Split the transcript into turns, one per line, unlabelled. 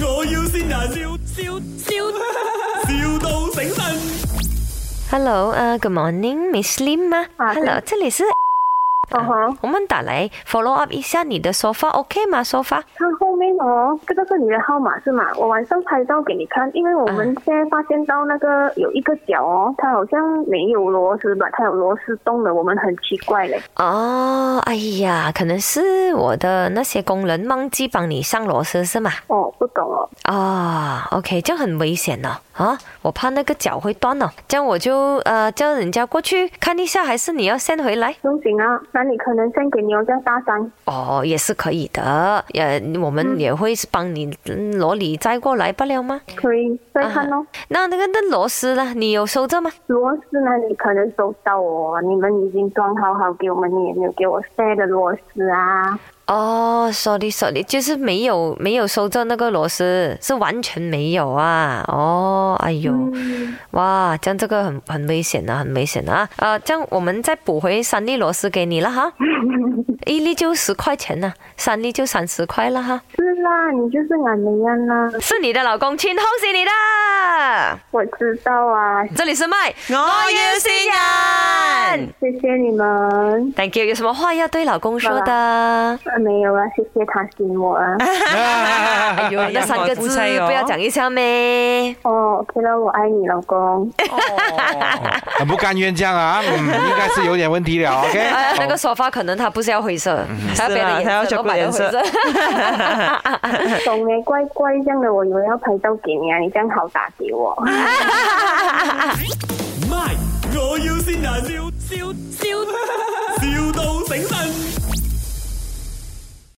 要先人，笑笑笑，,笑到醒神。
Hello，呃、g o o d morning，Miss Lim 吗、
啊对
Hello，这里是，
嗯哼，
我们打来 follow up 一下你的说法，OK 吗？说法
它后面哦，这个是你的号码是吗？我晚上拍照给你看，因为我们现在发现到那个有一个角哦，它好像没有螺丝吧，它有螺丝洞的，我们很奇怪嘞。
哦，哎呀，可能是我的那些工人忘记帮你上螺丝是吗？
哦，不懂哦。
哦，OK，这样很危险哦，啊，我怕那个脚会断哦，这样我就呃叫人家过去看一下，还是你要 send 回来？
不行啊，那你可能先给你哦，叫大三。
哦，也是可以的，呃，我们也会帮你嗯罗里摘过来不了吗？
可以再看哦。
那那个那螺丝呢？你有收着吗？
螺丝呢？你可能收到哦，你们已经装好好给我们，你也没有给我塞的螺丝啊。
哦，sorry sorry，就是没有没有收着那个螺丝，是完全没有啊。哦，哎呦，
嗯，
哇，这样这个很很危险啊，很危险啊。呃，这样我们再补回三粒螺丝给你了哈，一粒就十块钱呢、三粒就三十块了哈。
是啦，你就是俺们呀啦，
是你的老公亲，恭喜你的！
我知道啊，
这里是麦，
我要先
嗯
人。
谢谢你们。
Thank you，有什么话要对老公说的？
啊，没有啊，谢谢他信我啊。
哦
哎呦，那三个字不要讲一下咩？
哦，OK 了，我爱你，老公。
很不甘愿这样啊，嗯，应该是有点问题了 ，OK？
哎，那个沙发可能它不是要灰色，它要别的
是啦它要
颜色，
全
我
部
买的灰
颜色
色。
懂没？乖乖这样的，我以为要拍照给你啊，你这样好打给我。
卖，我要先人，笑笑笑，,笑到醒神。